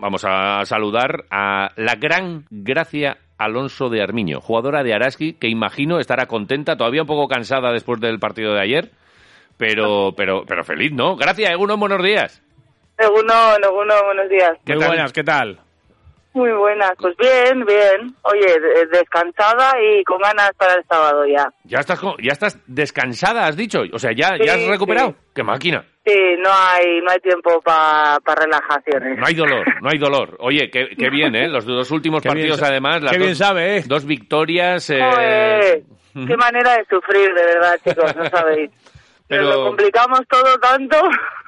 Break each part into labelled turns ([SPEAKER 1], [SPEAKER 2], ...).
[SPEAKER 1] Vamos a saludar a la gran Gracia Alonso de Armiño, jugadora de Araski, que imagino estará contenta, todavía un poco cansada después del partido de ayer, pero, pero, pero feliz, ¿no? Gracias, Eguno, buenos días.
[SPEAKER 2] Eguno, Eguno, buenos días.
[SPEAKER 1] ¿Qué
[SPEAKER 3] Muy
[SPEAKER 1] tal?
[SPEAKER 3] buenas, ¿qué tal?
[SPEAKER 2] Muy buenas, pues bien, bien. Oye, de- descansada y con ganas para el sábado ya.
[SPEAKER 1] Ya estás, co- ya estás descansada, has dicho. O sea, ya, ya has
[SPEAKER 2] Sí,
[SPEAKER 1] recuperado.
[SPEAKER 2] sí.
[SPEAKER 1] ¡Qué máquina!
[SPEAKER 2] Sí, no hay, no hay tiempo para relajaciones.
[SPEAKER 1] No hay dolor, no hay dolor. Oye, qué, qué bien, ¿eh? Los dos últimos
[SPEAKER 3] Qué bien
[SPEAKER 1] partidos,
[SPEAKER 3] sa-
[SPEAKER 1] además. Las
[SPEAKER 3] qué
[SPEAKER 1] dos,
[SPEAKER 3] bien sabe, ¿eh?
[SPEAKER 1] Dos victorias. eh,
[SPEAKER 2] Joder, qué manera de sufrir, de verdad, chicos, no sabéis.
[SPEAKER 1] Pero-
[SPEAKER 2] Pero... lo complicamos todo tanto.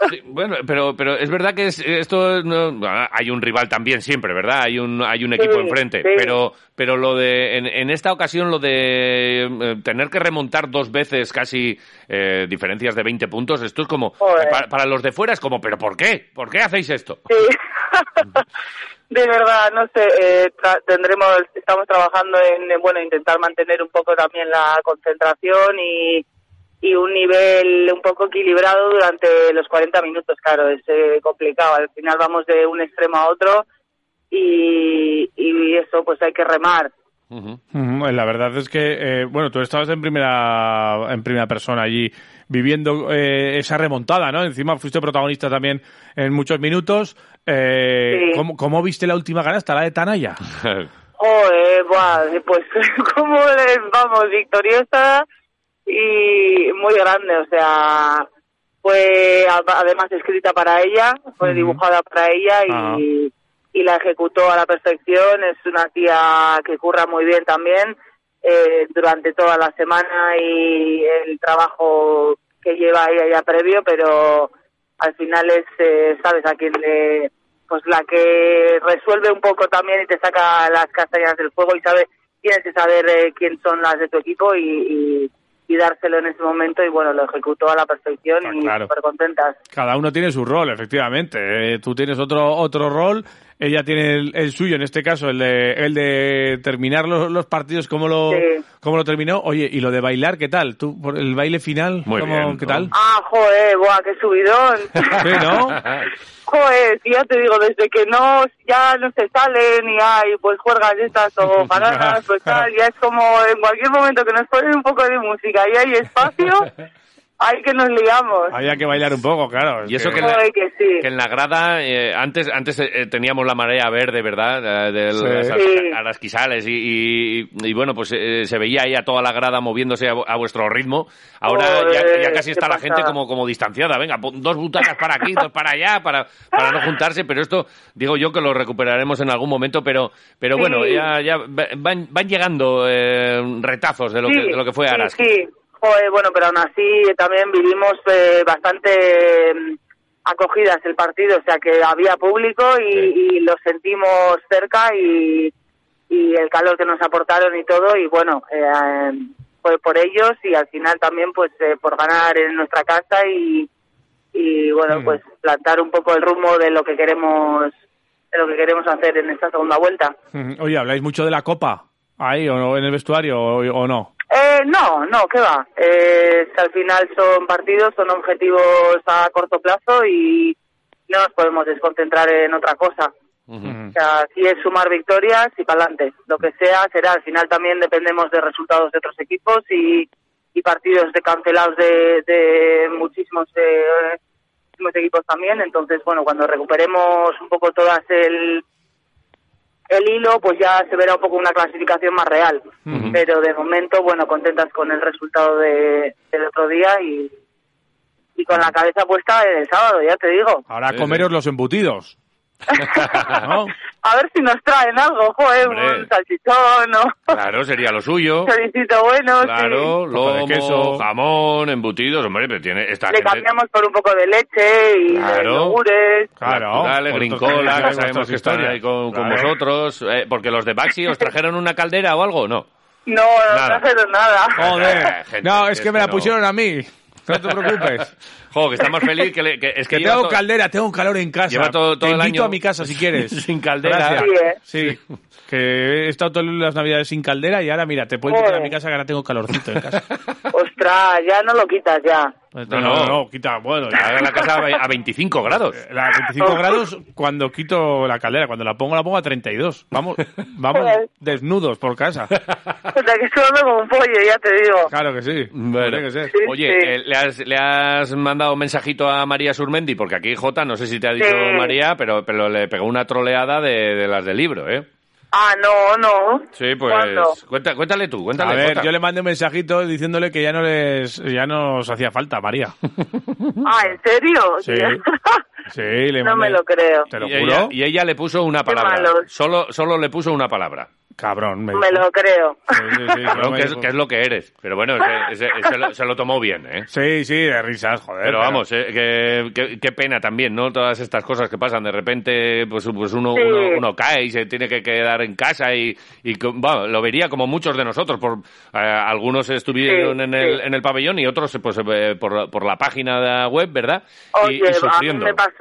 [SPEAKER 1] Sí, bueno, pero, pero es verdad que es- esto no- hay un rival también siempre, ¿verdad? Hay un hay un equipo
[SPEAKER 2] Sí,
[SPEAKER 1] enfrente,
[SPEAKER 2] sí.
[SPEAKER 1] pero pero lo de en, en esta ocasión lo de eh, tener que remontar dos veces casi eh, diferencias de 20 puntos, esto es como
[SPEAKER 2] Joder.
[SPEAKER 1] para, para los de fuera es como, pero ¿por qué? ¿Por qué hacéis esto?
[SPEAKER 2] Sí. De verdad, no sé, eh, tra- tendremos, estamos trabajando en, en, bueno, intentar mantener un poco también la concentración y, y un nivel un poco equilibrado durante los 40 minutos, claro, es eh, complicado. Al final vamos de un extremo a otro y, y eso pues hay que remar.
[SPEAKER 1] Ujú.
[SPEAKER 3] Ujú, pues La verdad es que, eh, bueno, tú estabas en primera, en primera persona allí viviendo eh, esa remontada, ¿no? Encima fuiste protagonista también en muchos minutos. Eh,
[SPEAKER 2] Sí.
[SPEAKER 3] ¿cómo, cómo viste la última canasta, la de Tanaya?
[SPEAKER 2] Joder, buah, pues como les vamos, victoriosa y muy grande, o sea, fue a- además escrita para ella, fue
[SPEAKER 3] Ujú.
[SPEAKER 2] dibujada para ella
[SPEAKER 3] Ah.
[SPEAKER 2] y, y la ejecutó a la perfección, es una tía que curra muy bien también eh, durante toda la semana y el trabajo que lleva ella ya previo, pero al final es, eh, sabes, a quien le, pues la que resuelve un poco también y te saca las castañas del fuego y sabe, tienes que saber eh, quién son las de tu equipo y, y, y dárselo en ese momento y bueno, lo ejecutó a la perfección
[SPEAKER 3] Ah,
[SPEAKER 2] y
[SPEAKER 3] claro.
[SPEAKER 2] súper contentas.
[SPEAKER 3] Cada uno tiene su rol, efectivamente. Eh, tú tienes otro, otro rol, ella tiene el, el suyo, en este caso, el de, el de terminar los, los partidos, ¿cómo lo,
[SPEAKER 2] Sí.
[SPEAKER 3] cómo lo terminó? Oye, ¿y lo de bailar, qué tal? ¿Tú, por el baile final,
[SPEAKER 1] Muy
[SPEAKER 3] ¿cómo-
[SPEAKER 1] bien,
[SPEAKER 3] qué
[SPEAKER 1] ¿no?
[SPEAKER 3] tal?
[SPEAKER 2] Ah, joder, buah, qué subidón.
[SPEAKER 3] Sí, ¿no?
[SPEAKER 2] Joder, si ya te digo, desde que no, ya no se salen y hay pues juergas estas o paradas, pues tal, ya es como en cualquier momento que nos ponen un poco de música y hay espacio, hay que nos liamos.
[SPEAKER 3] Había que bailar un poco, claro. es
[SPEAKER 1] Y eso que la-
[SPEAKER 2] Joder, que sí.
[SPEAKER 1] Que en la grada, eh, antes, antes eh, teníamos la marea verde, ¿verdad? Eh, De
[SPEAKER 3] Sí.
[SPEAKER 1] las, a,
[SPEAKER 2] Sí.
[SPEAKER 1] a las quisales y, y- y, bueno, pues eh, se veía ahí a toda la grada moviéndose a, vu- a vuestro ritmo. Ahora
[SPEAKER 2] Joder,
[SPEAKER 1] ya, ya casi
[SPEAKER 2] qué
[SPEAKER 1] está la gente
[SPEAKER 2] pasada.
[SPEAKER 1] como, como distanciada. Venga, pon dos butacas para aquí, dos para allá, para, para no juntarse. Pero esto, digo yo que lo recuperaremos en algún momento, pero, pero bueno,
[SPEAKER 2] Sí.
[SPEAKER 1] ya, ya va- van, van llegando eh, retazos de lo, que, de lo que fue
[SPEAKER 2] sí,
[SPEAKER 1] Araski.
[SPEAKER 2] Sí, Joder, bueno, pero aún así eh, también vivimos eh, bastante mm, acogidas el partido, o sea que había público y,
[SPEAKER 1] Sí.
[SPEAKER 2] y lo sentimos cerca y, y el calor que nos aportaron y todo, y bueno, eh, fue por ellos y al final también pues eh, por ganar en nuestra casa y, y bueno,
[SPEAKER 3] Mm.
[SPEAKER 2] pues plantar un poco el rumbo de lo que queremos de lo que queremos hacer en esta segunda vuelta.
[SPEAKER 3] Ujú. Oye, habláis mucho de la copa ahí o no, en el vestuario o, o no.
[SPEAKER 2] Eh, no, no, ¿qué va? Eh, al final son partidos, son objetivos a corto plazo y no nos podemos desconcentrar en otra cosa.
[SPEAKER 1] Ujú.
[SPEAKER 3] Mm.
[SPEAKER 2] O sea, si es sumar victorias y para adelante. Lo que sea será. Al final también dependemos de resultados de otros equipos y, y partidos de cancelados de, de muchísimos, eh, muchísimos equipos también. Entonces, bueno, cuando recuperemos un poco todas el, el hilo, pues ya se verá un poco una clasificación más real. Pero de momento, bueno, contentas con el resultado de, del otro día y, y con la cabeza puesta en el sábado, ya te digo.
[SPEAKER 3] Ahora
[SPEAKER 1] Sí,
[SPEAKER 3] comeros los embutidos. ¿no?
[SPEAKER 2] A ver si nos traen algo, joder,
[SPEAKER 1] Hombre.
[SPEAKER 2] un salchichón o
[SPEAKER 1] Claro, sería lo suyo.
[SPEAKER 2] un choricito bueno,
[SPEAKER 1] Claro,
[SPEAKER 3] sí. Copa de
[SPEAKER 1] lomo,
[SPEAKER 3] queso.
[SPEAKER 1] jamón, embutidos, hombre, pero tiene esta
[SPEAKER 2] sí. Le
[SPEAKER 1] gente-
[SPEAKER 2] cambiamos por un poco de leche y de
[SPEAKER 1] Claro.
[SPEAKER 2] yogures.
[SPEAKER 3] Claro.
[SPEAKER 1] Naturales,
[SPEAKER 3] Vosotros
[SPEAKER 1] grincola,
[SPEAKER 3] tenéis
[SPEAKER 1] que sabemos
[SPEAKER 3] vuestras
[SPEAKER 1] que están
[SPEAKER 3] historias.
[SPEAKER 1] ahí con, con
[SPEAKER 3] Claro.
[SPEAKER 1] vosotros. eh, porque los de Baxi os trajeron una caldera o algo, ¿no?
[SPEAKER 2] No, no
[SPEAKER 1] Nada. Oh.
[SPEAKER 2] trajeron nada.
[SPEAKER 3] Joder.
[SPEAKER 1] Gente,
[SPEAKER 3] no, es que me la
[SPEAKER 1] no.
[SPEAKER 3] pusieron a mí. No te preocupes.
[SPEAKER 1] Jo, que está más feliz que... le- que- es que,
[SPEAKER 3] Que
[SPEAKER 1] lleva
[SPEAKER 3] tengo
[SPEAKER 1] to-
[SPEAKER 3] caldera, tengo calor en casa.
[SPEAKER 1] Lleva todo- todo
[SPEAKER 3] Te
[SPEAKER 1] el
[SPEAKER 3] invito
[SPEAKER 1] año
[SPEAKER 3] a mi casa si quieres.
[SPEAKER 1] sin caldera.
[SPEAKER 3] Gracias.
[SPEAKER 2] Sí, ¿eh?
[SPEAKER 3] Sí, que he estado todas las navidades sin caldera y ahora mira, te puedo invitar a
[SPEAKER 2] Joder.
[SPEAKER 3] mi casa que ahora tengo calorcito en casa.
[SPEAKER 2] Ostras, ya no lo quitas ya.
[SPEAKER 3] No,
[SPEAKER 1] No,
[SPEAKER 3] no,
[SPEAKER 1] no.
[SPEAKER 3] no, quita, bueno,
[SPEAKER 1] Haga
[SPEAKER 3] ya,
[SPEAKER 1] la casa a 25 grados.
[SPEAKER 2] Pues,
[SPEAKER 3] Eh, la 25 grados cuando quito la caldera, cuando la pongo la pongo a 32. Vamos, vamos
[SPEAKER 2] Joder.
[SPEAKER 3] desnudos por casa.
[SPEAKER 2] O sea, que estoy dando como un pollo, ya te digo.
[SPEAKER 3] Claro que sí.
[SPEAKER 1] Bueno.
[SPEAKER 3] Tiene que ser.
[SPEAKER 2] Sí,
[SPEAKER 1] Oye,
[SPEAKER 2] sí.
[SPEAKER 1] eh, ¿le, has, le has mandado un mensajito a María Surmendi? Porque aquí Jota, no sé si te ha dicho
[SPEAKER 2] Sí.
[SPEAKER 1] María, pero, pero le pegó una troleada de, de las del libro, ¿eh?
[SPEAKER 2] Ah, no, no.
[SPEAKER 1] Sí, pues
[SPEAKER 2] ¿Cuándo?
[SPEAKER 1] cuenta- cuéntale tú, cuéntale.
[SPEAKER 3] A ver,
[SPEAKER 1] Jota.
[SPEAKER 3] yo le mandé un mensajito diciéndole que ya no les ya nos hacía falta María.
[SPEAKER 2] Ah, ¿en serio?
[SPEAKER 3] Sí. Sí, le mandé.
[SPEAKER 2] No me lo creo.
[SPEAKER 3] Te lo
[SPEAKER 1] y, ella,
[SPEAKER 3] juro.
[SPEAKER 1] y ella le puso una
[SPEAKER 2] Qué
[SPEAKER 1] palabra.
[SPEAKER 2] malos.
[SPEAKER 1] Solo, solo le puso una palabra.
[SPEAKER 3] Cabrón, me
[SPEAKER 2] Me
[SPEAKER 3] dijo.
[SPEAKER 2] lo creo.
[SPEAKER 3] Sí, sí, sí, solo
[SPEAKER 1] Cabrón,
[SPEAKER 3] me
[SPEAKER 1] que es,
[SPEAKER 3] dijo.
[SPEAKER 1] que es lo que eres. Pero bueno, se, se- se lo, se lo tomó bien, ¿eh?
[SPEAKER 3] Sí, sí, de risas, joder.
[SPEAKER 1] Pero vamos, eh, que- que- qué pena también, ¿no? Todas estas cosas que pasan. De repente, pues, pues uno,
[SPEAKER 2] Sí.
[SPEAKER 1] uno, uno cae y se tiene que quedar en casa y, y co- bueno, lo vería como muchos de nosotros. por eh, Algunos estuvieron
[SPEAKER 2] Sí,
[SPEAKER 1] en, el,
[SPEAKER 2] sí.
[SPEAKER 1] en el pabellón y otros pues, eh, por, por la página de la web, ¿verdad? Y-
[SPEAKER 2] Oye,
[SPEAKER 1] y,
[SPEAKER 2] a mí
[SPEAKER 1] sufriendo.
[SPEAKER 2] me pasó,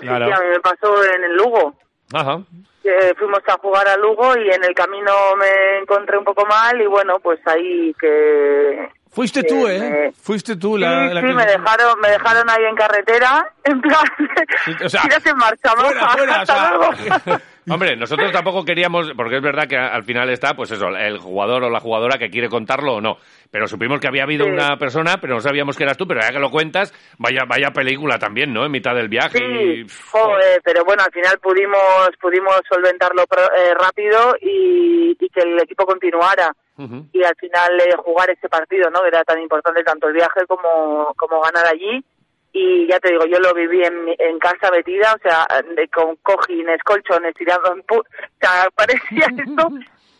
[SPEAKER 2] sí,
[SPEAKER 3] Claro.
[SPEAKER 2] sí, a mí me pasó en el Lugo.
[SPEAKER 1] Ajá.
[SPEAKER 2] Eh, fuimos a jugar a Lugo y en el camino me encontré un poco mal y bueno, pues ahí que...
[SPEAKER 3] Fuiste
[SPEAKER 2] que
[SPEAKER 3] tú, ¿eh?
[SPEAKER 2] me-
[SPEAKER 3] Fuiste tú la,
[SPEAKER 2] sí,
[SPEAKER 3] la
[SPEAKER 2] sí,
[SPEAKER 3] que-
[SPEAKER 2] me dejaron, me dejaron ahí en carretera, en plan,
[SPEAKER 3] Sí, o sea,
[SPEAKER 2] tiras en marcha,
[SPEAKER 3] fuera,
[SPEAKER 2] maja,
[SPEAKER 3] fuera, o
[SPEAKER 2] hasta
[SPEAKER 3] sea.
[SPEAKER 2] luego.
[SPEAKER 1] Hombre, nosotros tampoco queríamos, porque es verdad que a- al final está, pues eso, el jugador o la jugadora que quiere contarlo o no. Pero supimos que había habido
[SPEAKER 2] Sí.
[SPEAKER 1] una persona, pero no sabíamos que eras tú, pero ya que lo cuentas, vaya, vaya película también, ¿no? En mitad del viaje. y-
[SPEAKER 2] Sí, joder, pero bueno, al final pudimos pudimos solventarlo pro- eh, rápido y, y que el equipo continuara.
[SPEAKER 1] Ujú.
[SPEAKER 2] Y al final eh, jugar ese partido, ¿no? Que era tan importante tanto el viaje como, como ganar allí. Y ya te digo, yo lo viví en, mi- en casa metida, o sea, de- con cojines, colchones, tirando en pu- O sea, parecía esto,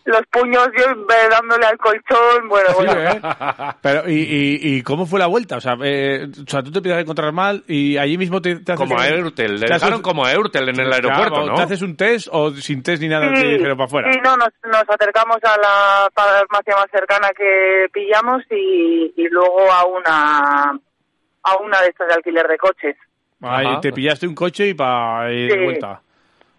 [SPEAKER 2] los puños yo eh, dándole al colchón, bueno,
[SPEAKER 3] Sí,
[SPEAKER 2] bueno.
[SPEAKER 3] ¿eh? Pero, ¿y, y, y cómo fue la vuelta? O sea, eh, o sea, tú te empiezas a encontrar mal y allí mismo te, te haces...
[SPEAKER 1] Como
[SPEAKER 3] un-
[SPEAKER 1] a Eurtel, le
[SPEAKER 3] te haces-
[SPEAKER 1] dejaron como a Eurtel en el
[SPEAKER 3] Claro,
[SPEAKER 1] aeropuerto,
[SPEAKER 3] ¿Te
[SPEAKER 1] ¿no?
[SPEAKER 3] haces un test o sin test ni nada te
[SPEAKER 2] Sí,
[SPEAKER 3] dijeron para afuera?
[SPEAKER 2] sí, no, nos, nos acercamos a la farmacia más cercana que pillamos y, y luego a una a una de estas de alquiler de coches.
[SPEAKER 3] Ay,
[SPEAKER 1] Ajá.
[SPEAKER 3] te pillaste un coche y para ir de
[SPEAKER 2] Sí.
[SPEAKER 3] vuelta.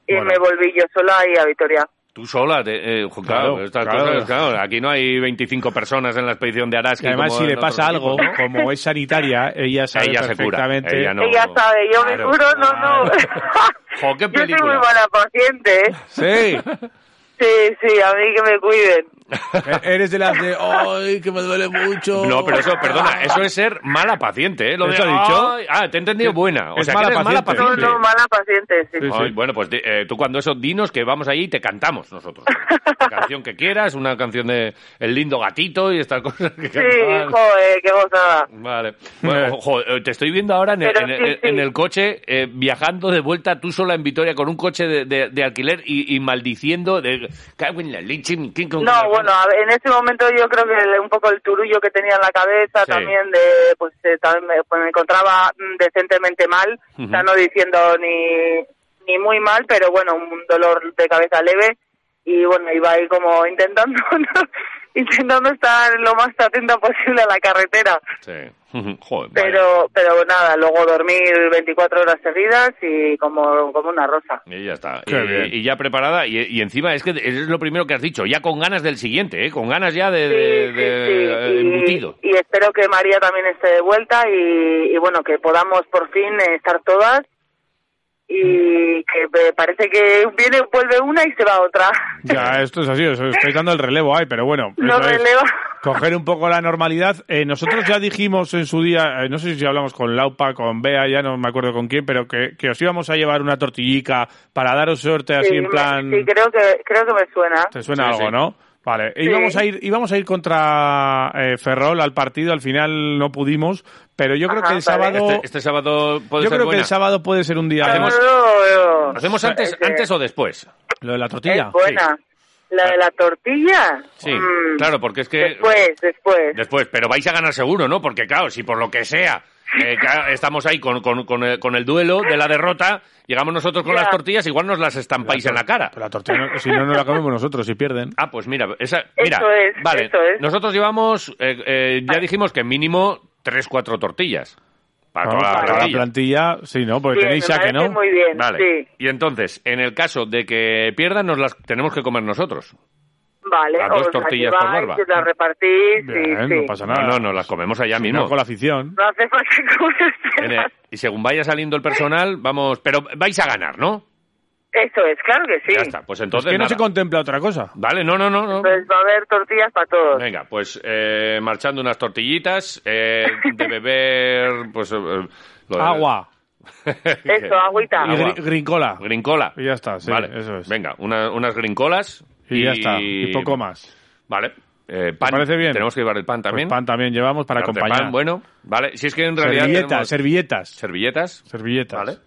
[SPEAKER 2] Y
[SPEAKER 3] Bueno.
[SPEAKER 2] me volví yo sola y a Vitoria.
[SPEAKER 1] Tú sola, te- eh, jo, claro,
[SPEAKER 3] Claro,
[SPEAKER 1] estas
[SPEAKER 3] claro.
[SPEAKER 1] cosas, claro, aquí no hay 25 personas en la expedición de Araski.
[SPEAKER 3] Y además,
[SPEAKER 1] como
[SPEAKER 3] si
[SPEAKER 1] en
[SPEAKER 3] le
[SPEAKER 1] otros
[SPEAKER 3] pasa algo,
[SPEAKER 1] equipos, ¿no?
[SPEAKER 3] como es sanitaria, ella sabe
[SPEAKER 1] Ella se cura,
[SPEAKER 3] perfectamente.
[SPEAKER 1] ella no.
[SPEAKER 2] Ella sabe, yo me
[SPEAKER 1] claro,
[SPEAKER 2] juro, no, no.
[SPEAKER 1] Jo, qué
[SPEAKER 2] yo soy
[SPEAKER 1] película.
[SPEAKER 2] muy mala paciente. ¿eh?
[SPEAKER 3] Sí,
[SPEAKER 2] Sí, sí, a mí que me cuiden.
[SPEAKER 3] E- eres de las de, ¡ay, que me duele mucho!
[SPEAKER 1] No, pero eso, perdona, eso es ser mala paciente, ¿eh? Lo de-
[SPEAKER 3] ¿Eso ha dicho?
[SPEAKER 1] Ay, Ah, te he entendido buena. O
[SPEAKER 3] Es
[SPEAKER 1] sea,
[SPEAKER 3] mala
[SPEAKER 1] que eres mala
[SPEAKER 3] paciente.
[SPEAKER 2] No,
[SPEAKER 1] paciente.
[SPEAKER 2] no, mala paciente, sí.
[SPEAKER 3] Sí, sí.
[SPEAKER 1] Ay, bueno, pues di- eh, tú cuando eso dinos que vamos allí y te cantamos nosotros. La canción que quieras, una canción de El lindo gatito y estas cosas que
[SPEAKER 2] Sí,
[SPEAKER 1] cantaban.
[SPEAKER 2] joder, qué gozada.
[SPEAKER 1] Vale. Bueno, ojo, eh, te estoy viendo ahora en el,
[SPEAKER 2] Pero
[SPEAKER 1] en el-
[SPEAKER 2] sí, sí.
[SPEAKER 1] en el coche eh, viajando de vuelta tú sola en Vitoria con un coche de, de- de alquiler y, y maldiciendo de... "Cago en la leche, mi quinco".
[SPEAKER 2] No, bueno, a ver, en ese momento yo creo que el- un poco el turullo que tenía en la cabeza
[SPEAKER 1] Sí.
[SPEAKER 2] también de, pues, eh, también me, pues, me encontraba mm, decentemente mal, o sea, no diciendo ni, ni muy mal, pero bueno, un dolor de cabeza leve y bueno, iba ahí como intentando, intentando estar lo más atenta posible a la carretera.
[SPEAKER 1] Sí. Joder, vaya.
[SPEAKER 2] Pero, pero nada, luego dormir 24 horas seguidas y como, como una rosa.
[SPEAKER 1] Y ya está.
[SPEAKER 3] Qué
[SPEAKER 1] Y-
[SPEAKER 3] bien.
[SPEAKER 1] Y, ya preparada. Y, y encima es que es lo primero que has dicho. Ya con ganas del siguiente, ¿eh? Con ganas ya de, de-
[SPEAKER 2] Sí,
[SPEAKER 1] de-
[SPEAKER 2] sí,
[SPEAKER 1] de
[SPEAKER 2] sí.
[SPEAKER 1] embutido.
[SPEAKER 2] Y, y espero que María también esté de vuelta y, y bueno, que podamos por fin eh, estar todas
[SPEAKER 1] Mm.
[SPEAKER 2] y que eh, parece que viene, vuelve una y se va otra.
[SPEAKER 3] Ya, esto es así, os estoy dando el relevo ahí, pero bueno.
[SPEAKER 2] No
[SPEAKER 3] eso es.
[SPEAKER 2] releva.
[SPEAKER 3] Coger un poco la normalidad. Eh, nosotros ya dijimos en su día, eh, no sé si hablamos con Laupa, con Bea, ya no me acuerdo con quién, pero que, que os íbamos a llevar una tortillica para daros suerte así
[SPEAKER 2] Sí,
[SPEAKER 3] en
[SPEAKER 2] me-
[SPEAKER 3] plan...
[SPEAKER 2] sí, creo que, creo que me suena.
[SPEAKER 3] Te
[SPEAKER 1] Sí,
[SPEAKER 3] suena algo,
[SPEAKER 1] sí.
[SPEAKER 3] ¿no? Vale, e íbamos a ir, íbamos a ir contra eh, Ferrol al partido, al final no pudimos, pero yo creo
[SPEAKER 2] Ajá,
[SPEAKER 3] que el
[SPEAKER 2] vale.
[SPEAKER 3] sábado,
[SPEAKER 1] Este, este sábado puede
[SPEAKER 3] yo
[SPEAKER 1] ser
[SPEAKER 3] creo que
[SPEAKER 1] buena.
[SPEAKER 3] el sábado puede ser un día.
[SPEAKER 1] Hacemos-
[SPEAKER 2] No, no, no.
[SPEAKER 1] ¿Lo hacemos antes,
[SPEAKER 2] Ese-
[SPEAKER 1] antes o después?
[SPEAKER 3] lo de la tortilla.
[SPEAKER 1] Eh,
[SPEAKER 2] Es buena. ¿La de la tortilla?
[SPEAKER 1] Sí,
[SPEAKER 2] Mm,
[SPEAKER 1] claro, porque es que...
[SPEAKER 2] Después, después.
[SPEAKER 1] Después, pero vais a ganar seguro, ¿no? Porque claro, si por lo que sea eh, claro, estamos ahí con, con- con el, con el duelo de la derrota, llegamos nosotros con
[SPEAKER 2] Ya.
[SPEAKER 1] las tortillas, igual nos las estampáis en la cara.
[SPEAKER 3] Pero la tortilla, no- si no, no la comemos nosotros, si pierden.
[SPEAKER 1] Ah, pues mira, esa, mira,
[SPEAKER 2] es,
[SPEAKER 1] vale,
[SPEAKER 2] eso es.
[SPEAKER 1] nosotros llevamos, eh, eh, ya dijimos que mínimo tres, cuatro tortillas. Para
[SPEAKER 3] Bueno,
[SPEAKER 1] toda la
[SPEAKER 3] Ah, para la
[SPEAKER 1] plantilla.
[SPEAKER 3] plantilla, sí, ¿no? Porque
[SPEAKER 2] Bien, me
[SPEAKER 3] tenéis ya que
[SPEAKER 2] parece
[SPEAKER 3] no.
[SPEAKER 2] Muy bien,
[SPEAKER 1] Vale.
[SPEAKER 2] sí.
[SPEAKER 1] Y entonces, en el caso de que pierdan, nos las tenemos que comer nosotros.
[SPEAKER 2] Vale,
[SPEAKER 1] Las dos
[SPEAKER 2] os las
[SPEAKER 1] tortillas por
[SPEAKER 2] lleváis,
[SPEAKER 1] larva.
[SPEAKER 2] os las repartís, sí,
[SPEAKER 3] Bien,
[SPEAKER 2] sí.
[SPEAKER 3] no pasa nada.
[SPEAKER 1] No, no, no, las comemos allá
[SPEAKER 3] Si
[SPEAKER 1] mismo.
[SPEAKER 3] no, con la afición.
[SPEAKER 2] No hace falta que comerse
[SPEAKER 1] En el-
[SPEAKER 2] las-
[SPEAKER 1] y según vaya saliendo el personal, vamos. Pero vais a ganar, ¿no?
[SPEAKER 2] Eso es, claro que sí.
[SPEAKER 1] Ya está. Pues
[SPEAKER 3] Es
[SPEAKER 1] entonces.
[SPEAKER 3] que no
[SPEAKER 1] nada.
[SPEAKER 3] se contempla otra cosa.
[SPEAKER 1] Vale, no, no, no. no.
[SPEAKER 2] Entonces va a haber tortillas para todos.
[SPEAKER 1] Venga, pues eh, marchando unas tortillitas, eh, de beber, pues... eh, lo de-
[SPEAKER 3] Agua
[SPEAKER 2] Eso, agüita.
[SPEAKER 3] y
[SPEAKER 1] Agua.
[SPEAKER 3] gri- grincola.
[SPEAKER 1] Grincola.
[SPEAKER 3] Y ya está, sí,
[SPEAKER 1] Vale,
[SPEAKER 3] eso es.
[SPEAKER 1] Venga, una- unas grincolas.
[SPEAKER 3] Y, ya está, y poco más.
[SPEAKER 1] Vale. Eh, pan.
[SPEAKER 3] parece bien?
[SPEAKER 1] Tenemos que llevar el pan también.
[SPEAKER 3] Pues pan también llevamos para
[SPEAKER 1] Tarde
[SPEAKER 3] acompañar.
[SPEAKER 1] pan, bueno. Vale, si es que en realidad
[SPEAKER 3] servilletas,
[SPEAKER 1] tenemos-
[SPEAKER 3] servilletas,
[SPEAKER 1] servilletas.
[SPEAKER 3] servilletas.
[SPEAKER 1] Vale.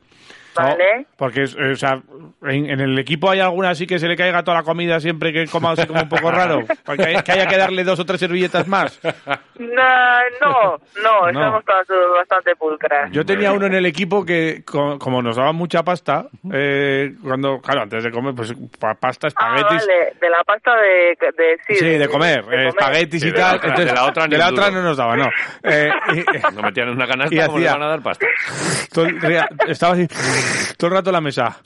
[SPEAKER 3] No,
[SPEAKER 2] Vale.
[SPEAKER 3] porque, es, eh, o sea, en, en el equipo hay alguna así que se le caiga toda la comida siempre que coma así como un poco raro. Porque hay- que haya que darle dos o tres servilletas más.
[SPEAKER 2] No, no, no, estamos todas bastante pulcras.
[SPEAKER 3] Yo tenía uno en el equipo que, co- como nos daban mucha pasta, eh, cuando, claro, antes de comer, pues pa- pasta,
[SPEAKER 2] Ah,
[SPEAKER 3] espaguetis.
[SPEAKER 2] vale, de la pasta de, de sí,
[SPEAKER 3] Sí, de comer, eh, espaguetis
[SPEAKER 1] Sí,
[SPEAKER 3] y
[SPEAKER 1] de la
[SPEAKER 3] tal.
[SPEAKER 1] otra-
[SPEAKER 3] Entonces,
[SPEAKER 1] de la otra ni
[SPEAKER 3] de la
[SPEAKER 1] un
[SPEAKER 3] otra
[SPEAKER 1] duro.
[SPEAKER 3] no nos daba, no. Eh, y-
[SPEAKER 1] No metían en una canasta,
[SPEAKER 3] Y
[SPEAKER 1] ¿cómo le
[SPEAKER 3] hacía-
[SPEAKER 1] van a dar pasta?
[SPEAKER 3] todo el día- estaba así todo el rato en la mesa,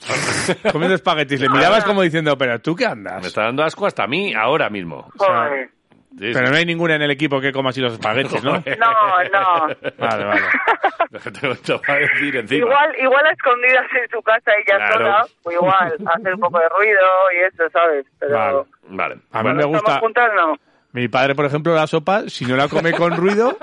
[SPEAKER 3] comiendo espaguetis. Le mirabas como diciendo, pero ¿tú qué andas?
[SPEAKER 1] Me está dando asco hasta a mí ahora mismo.
[SPEAKER 2] Joder.
[SPEAKER 1] Sí,
[SPEAKER 3] Pero
[SPEAKER 1] sí.
[SPEAKER 3] no hay ninguna en el equipo que coma así los espaguetis, ¿no?
[SPEAKER 2] No, no.
[SPEAKER 3] Vale, vale.
[SPEAKER 1] Te lo te lo voy a decir encima.
[SPEAKER 2] Igual, igual a escondidas en su casa ella
[SPEAKER 1] Claro.
[SPEAKER 2] sola, o igual, hacer un poco de ruido y eso, ¿sabes? Pero
[SPEAKER 3] Vale.
[SPEAKER 1] Vale.
[SPEAKER 3] A mí
[SPEAKER 1] Bueno,
[SPEAKER 3] me
[SPEAKER 2] ¿estamos
[SPEAKER 3] gusta.
[SPEAKER 2] juntas? No.
[SPEAKER 3] Mi padre, por ejemplo, la sopa, si no la come con ruido,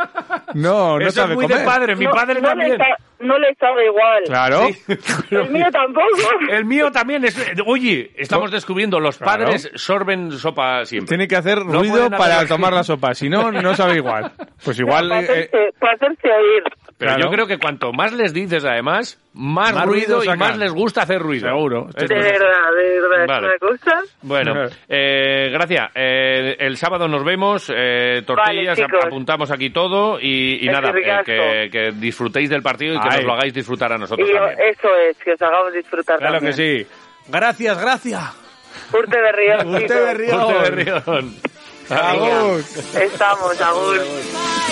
[SPEAKER 3] no, no
[SPEAKER 1] Eso
[SPEAKER 3] sabe
[SPEAKER 1] es muy
[SPEAKER 3] comer.
[SPEAKER 1] de padre, mi
[SPEAKER 2] No,
[SPEAKER 1] padre
[SPEAKER 2] no
[SPEAKER 1] también.
[SPEAKER 2] Le sa- no le sabe igual.
[SPEAKER 3] Claro.
[SPEAKER 2] El mío tampoco.
[SPEAKER 1] El mío también es. Oye, estamos descubriendo, los
[SPEAKER 3] Claro.
[SPEAKER 1] padres sorben sopa siempre.
[SPEAKER 3] Tiene que hacer
[SPEAKER 1] No
[SPEAKER 3] ruido
[SPEAKER 1] pueden hacer
[SPEAKER 3] para
[SPEAKER 1] así.
[SPEAKER 3] tomar la sopa, si no, no sabe igual. Pues igual...
[SPEAKER 2] para,
[SPEAKER 3] eh,
[SPEAKER 2] hacerse, para hacerse oír.
[SPEAKER 1] Pero
[SPEAKER 3] Claro.
[SPEAKER 1] yo creo que cuanto más les dices, además, más,
[SPEAKER 3] Más ruido
[SPEAKER 1] ruido, y
[SPEAKER 3] sacan.
[SPEAKER 1] más les gusta hacer ruido.
[SPEAKER 3] Seguro.
[SPEAKER 1] Es-
[SPEAKER 2] De verdad, de verdad,
[SPEAKER 1] Vale.
[SPEAKER 2] ¿es una cosa?
[SPEAKER 1] Bueno, eh, gracias. Eh, el sábado nos vemos. eh, tortillas,
[SPEAKER 2] Vale, chicos.
[SPEAKER 1] apuntamos aquí todo. Y, y
[SPEAKER 2] Es
[SPEAKER 1] nada,
[SPEAKER 2] que
[SPEAKER 1] eh,
[SPEAKER 2] ricasco.
[SPEAKER 1] que, que disfrutéis del partido y que
[SPEAKER 3] Ay.
[SPEAKER 1] nos lo hagáis disfrutar a nosotros
[SPEAKER 2] Y yo-
[SPEAKER 1] también.
[SPEAKER 2] eso es, que os hagamos disfrutar
[SPEAKER 3] claro que
[SPEAKER 2] también.
[SPEAKER 3] sí. Gracias, gracias.
[SPEAKER 2] Urte de Río.
[SPEAKER 3] Urte de Río.
[SPEAKER 1] Urte de Rion.
[SPEAKER 3] Agur.
[SPEAKER 2] Estamos, aún.
[SPEAKER 4] Bye.